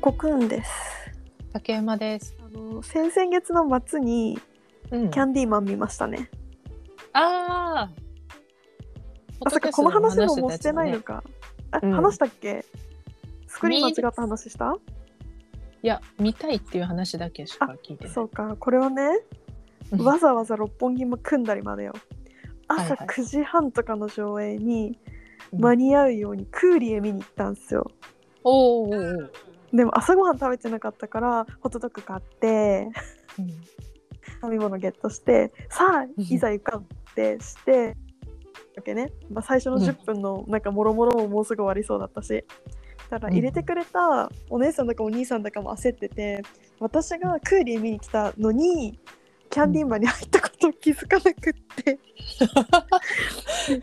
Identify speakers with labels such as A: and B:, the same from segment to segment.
A: コクーンです
B: 竹馬です。
A: あの先々月の末に
B: うん
A: キャンディーマン見ましたね、
B: ああ。
A: まさかこの話ももうしてないの
B: い
A: か、あ
B: うん
A: 話したっけスクリーン間違った話した
B: や、見たいっていう話だけしか聞いてない。
A: そうかこれはね
B: うん
A: わざわざ六本木も組んだりまでよ朝
B: はいはい
A: 9時半とかの上映に
B: うん
A: 間に合うようにクーリエ見に行ったんですよ
B: おーおーおー
A: でも朝ごはん食べてなかったからホットドッグ買って
B: う
A: 飲
B: ん
A: み物ゲットしてさあ
B: うん
A: いざ行かんってして、だけねまあ、最初の
B: うん
A: 10分のなんかもろもろももうすぐ終わりそうだったしだから入れてくれたお姉さんだかお兄さんだかも焦ってて私がクーリー見に来たのにキャンディーマンに入ったことを気づかなく って、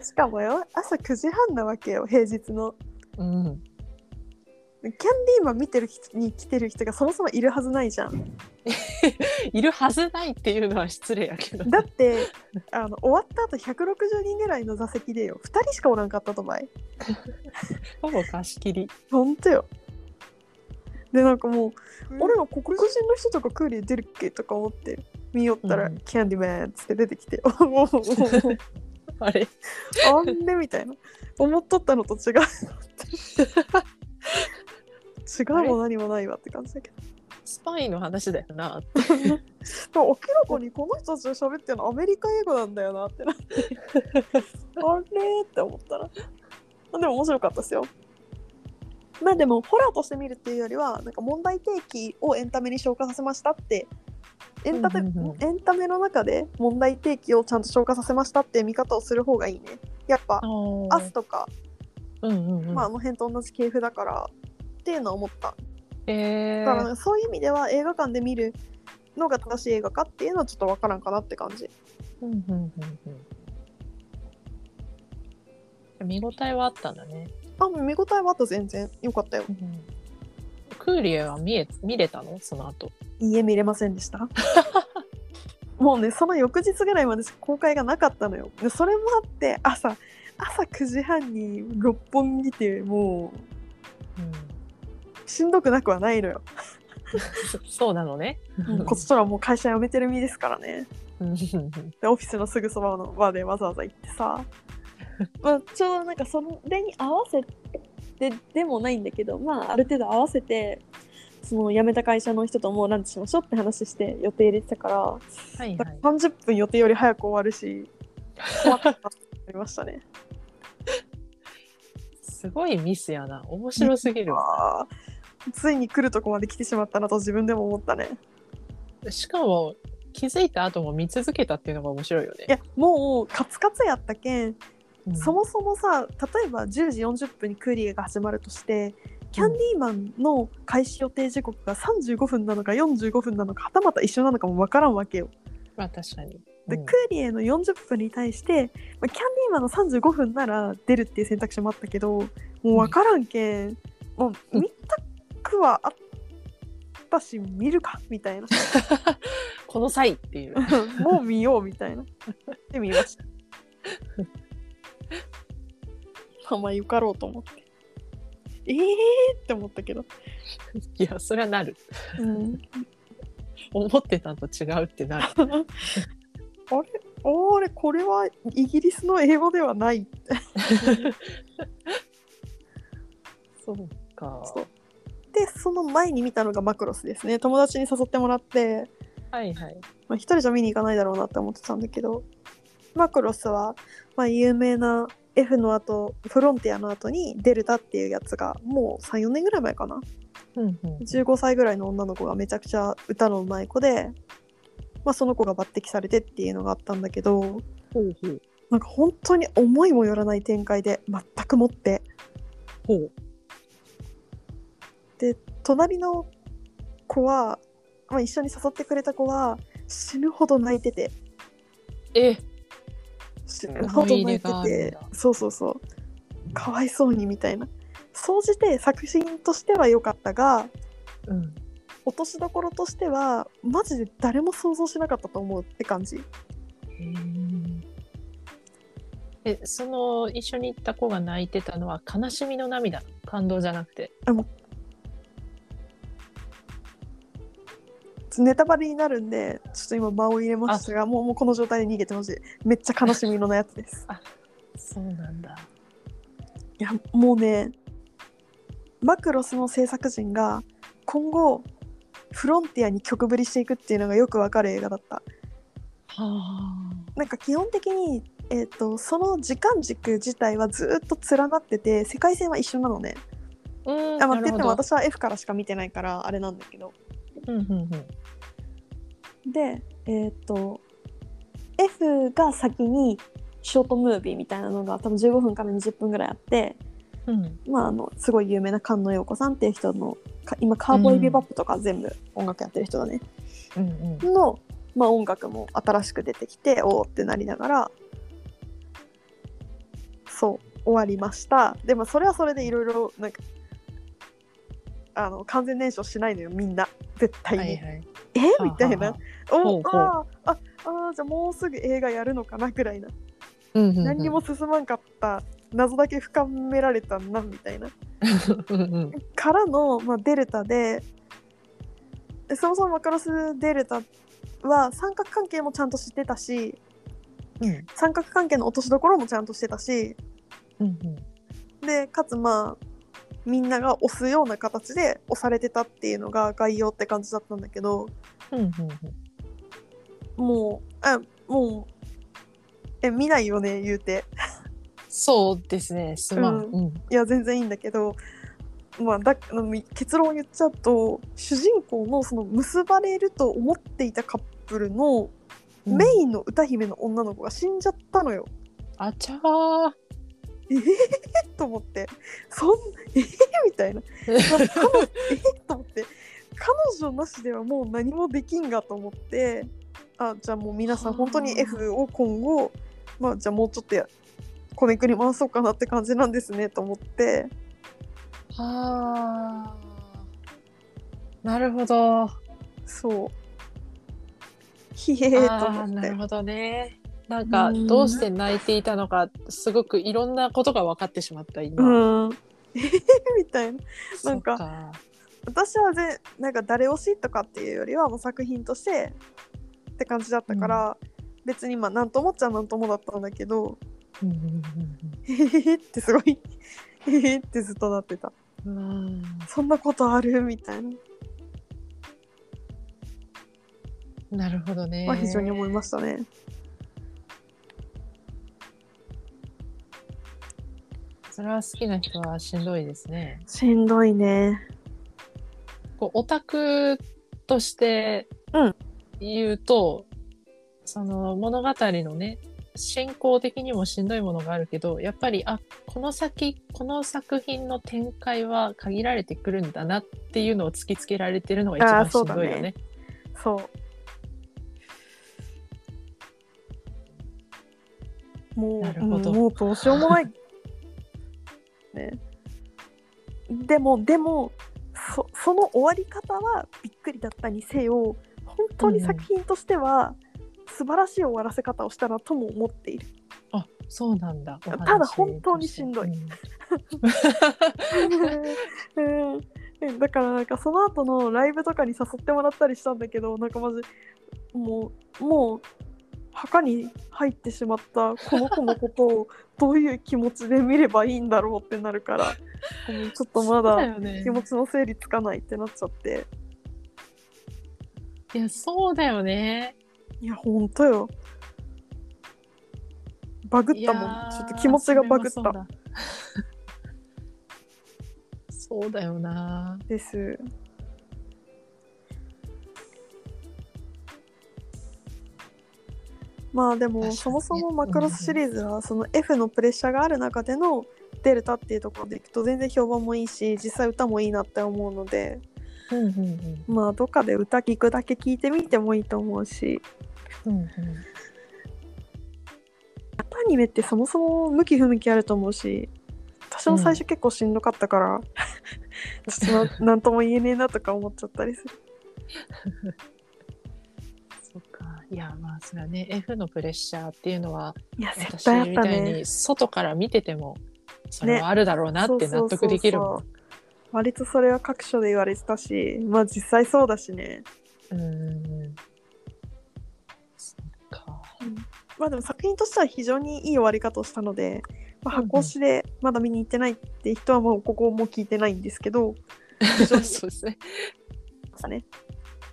A: しかもよ朝9時半なわけよ平日の。
B: うん。
A: キャンディーマン見てる人に来てる人がそもそもいるはずないじゃん。
B: いるはずないっていうのは失礼やけど。
A: だってあの終わった後160人ぐらいの座席でよ2人しかおらんかったとばい
B: ほぼ貸し切り。
A: ほんとよでなんかもう、俺ら黒人の人とかクーリー出るっけとか思って見よったら、
B: うん
A: キャンディマンっつって出てきて おおおお
B: あれ。
A: おあんでみたいな思っとったのと違う違うも何もないわって感じだけど
B: スパイの話だよな。
A: でも明らかにこの人たちが喋ってるのアメリカ英語なんだよなってなってあれって思ったらでも面白かったですよまあでもホラーとして見るっていうよりはなんか問題提起をエンタメに消化させましたってエンタメ,、
B: うんうんうん
A: エンタメの中で問題提起をちゃんと消化させましたっていう見方をする方がいいねやっぱ「アスとか、
B: うんうんうん。
A: まあ、あの辺と同じ系譜だからっていうのは思った
B: え
A: だか
B: ー
A: らなんかそういう意味では映画館で見るのが正しい映画かっていうのはちょっと分からんかなって感じ
B: うんうんうんうん。見応えはあったんだね。
A: あ見応えはあった全然よかったよ
B: クーリエは見え見れたのその後。
A: いいえ見れませんでした もうねその翌日ぐらいまでしか公開がなかったのよでそれもあって朝朝9時半に六本木ってもうしんどくなくはないのよ
B: そ そうなのね。
A: こっちとらもう会社辞めてる身ですからね
B: うん
A: でオフィスのすぐそばのバーでわざわざ行ってさ、まあ、ちょうどなんかそれに合わせてでもないんだけどまあある程度合わせてその辞めた会社の人ともうランチしましょうって話して予定入れてたから、
B: はいはい。
A: 30分予定より早く終わるし怖かったってなりました ね。
B: すごいミスやな。面白すぎる。
A: あーついに来るとこまで来てしまったなと自分でも思ったね。
B: しかも気づいた後も見続けたっていうのが面白いよね。
A: いやもうカツカツやったけん
B: うん
A: そもそもさ例えば10時40分にクーリエが始まるとしてキャンディーマンの開始予定時刻が35分なのか45分なのかはたまた一緒なのかも分からんわけよ。
B: まあ確かに。
A: で、
B: うん
A: クーリエの40分に対して、まあ、キャンディーマンの35分なら出るっていう選択肢もあったけどもう分からんけん、もう見たくはあったし見るかみた いな
B: この際っていう。
A: もう見ようみたいなで見ました。まあまあよかろうと思って。えーって思ったけど、
B: いやそれはなる。
A: うん、
B: 思ってたのと違うってなる。
A: あれこれはイギリスの英語ではない
B: そうか。
A: そうでその前に見たのがマクロスですね友達に誘ってもらって、
B: はいはい。
A: まあ、一人じゃ見に行かないだろうなって思ってたんだけどマクロスは、まあ、有名な F の後フロンティアの後にデルタっていうやつがもう34年ぐらい前かな
B: うんうん。
A: 15歳ぐらいの女の子がめちゃくちゃ歌のうまい子で、まあ、その子が抜擢されてっていうのがあったんだけど
B: ほうほう
A: なんか本当に思いもよらない展開で全くもって
B: ほう。
A: 隣の子は、まあ、一緒に誘ってくれた子は死ぬほど泣いてて
B: え
A: 死ぬほど泣いて
B: 思い入れ
A: て
B: があるん
A: そうそうそうかわいそうにみたいな総じて作品としては良かったが
B: うん。
A: 落としどころとしてはマジで誰も想像しなかったと思うって感じ
B: えその一緒に行った子が泣いてたのは悲しみの涙感動じゃなくて
A: あもうネタバレになるんでちょっと今間を入れましたがもうもうこの状態で逃げてほしいめっちゃ悲しみのやつ です
B: そうなんだ。
A: いやもうねマクロスの制作陣が今後フロンティアに曲振りしていくっていうのがよくわかる映画だった
B: はあ。
A: なんか基本的に、えー、とその時間軸自体はずっと連なってて世界線は一緒なのね
B: うん
A: あ、まあ、って言っても
B: なる
A: 私は F からしか見てないからあれなんだけど
B: ほどうんうんうん。
A: でえっ、と F が先にショートムービーみたいなのが多分15分から20分ぐらいあって、
B: うん、
A: まあ、あのすごい有名な菅野陽子さんっていう人のか今カーボーイビバップとか全部音楽やってる人だね、
B: うん、うん。
A: の、まあ、音楽も新しく出てきておおってなりながらそう終わりましたでもそれはそれでいろいろなんかあの完全燃焼しないのよみんな絶対に、
B: はいはい。
A: えみたいな
B: はほ
A: お
B: うほう
A: あーああーじゃあもうすぐ映画やるのかなぐらいな、
B: あはあ。うんうんうん、
A: 何にも。進まんかった謎だけ深められたなみたいな
B: うんうん。
A: からの、まあ、デルタででそもそもマクロスデルタは三角関係もちゃんと知ってたし
B: うん
A: 三角関係の落としどころもちゃんとしてたし
B: うんうん。
A: でかつまあみんなが押すような形で押されてたっていうのが概要って感じだったんだけど、
B: うんうんうん。
A: もう、あ、もう、え、見ないよね、言うて。
B: そうですね。すまん。
A: う
B: うん。
A: いや、全然いいんだけど、まあ、だあの結論を言っちゃうと、主人公のその結ばれると思っていたカップルのメインの歌姫の女の子が死んじゃったのよ。
B: あちゃー。
A: ええと思って、そん、 ええみたいな。 と思って、彼女なしではもう何もできんがと思って、あ、じゃあもう皆さん
B: はあ
A: 本当に F を今後、まあじゃあもうちょっとや、こねくり回そうかなって感じなんですねと思って、
B: はー。なるほど。
A: そう。ひえーと
B: あー
A: 思っ
B: な
A: て
B: る。ほどね。なんかどうして泣いていたのかすごくいろんなことが分かってしまった今。
A: うん。えーみたいな。
B: そっ
A: なん私はぜなんか誰推しとかっていうよりはもう作品としてって感じだったから、別にまあなんともっちゃなんともだったんだけど、
B: うんうん
A: えーってすごい、えーってずっとなってた。
B: うんうん。
A: そんなことあるみたいな、
B: うんなるほどね。
A: まあ、非常に思いましたね。
B: それは好きな人はしんどいですね。
A: しんどいね。
B: こうオタクとして
A: うん
B: 言うと、その物語のね進行的にもしんどいものがあるけどやっぱりあこの先この作品の展開は限られてくるんだなっていうのを突きつけられてるのが一
A: あー
B: 番し
A: そ
B: ん
A: うだ
B: ど
A: ね
B: いよね。
A: そう。もう、
B: なるほど
A: うんもうどうしよう もない。ね。でも、でも、そその終わり方はびっくりだったにせよ、本当に作品としては、素晴らしい終わらせ方をしたなとも思っている。
B: あそうなんだ。お話
A: ただ本当にしんどい
B: とし
A: うんうんだからなんかその後のライブとかに誘ってもらったりしたんだけどなんかマジもうもう墓に入ってしまったこの子のことをどういう気持ちで見ればいいんだろうってなるからもうちょっと
B: て。
A: ま
B: そう
A: だ
B: よね
A: 気持ちの整理つかないってなっちゃって
B: いやそうだよね。
A: いやほんとよバグったも
B: いや
A: ん
B: ー
A: ちょっと気持ちがバグっ
B: それも
A: た
B: そうだそうだよな
A: ですまあで
B: 確か
A: も
B: にね
A: そもそもマクロスシリーズはその F のプレッシャーがある中でのデルタっていうところでいくと全然評判もいいし実際歌もいいなって思うので
B: うんうんうん
A: まあどっかで歌聞くだけ聞いてみてもいいと思うし
B: うんうん
A: アニメってそもそも向き不向きあると思うし私も最初結構しんどかったから、 ちょっとななんとも言えねえなとか思っちゃったりする。
B: そっかいやまあそれはね F のプレッシャーっていうのは、
A: いや絶
B: 私
A: 対あっ
B: み
A: た
B: たい
A: ね。
B: に外から見ててもそれはあるだろうなって
A: そうそう
B: 納
A: そうそ
B: 得
A: う
B: できるもん、
A: 割とそれは各所で言われてたしまあ実際そうだしね
B: うん。そっか。
A: まあでも作品としては非常にいい終わり方をしたので、まあ、
B: うんうん
A: 箱推しでまだ見に行ってないって人はもうここも聞いてないんですけど、
B: そうですね。
A: ね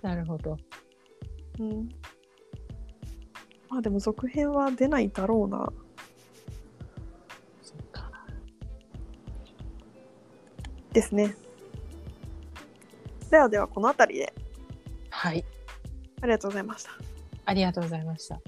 B: なるほど。
A: うん、まあでも続編は出ないだろうな
B: そっか。
A: ですねではではこの辺りで
B: はい。
A: ありがとうございました
B: ありがとうございました。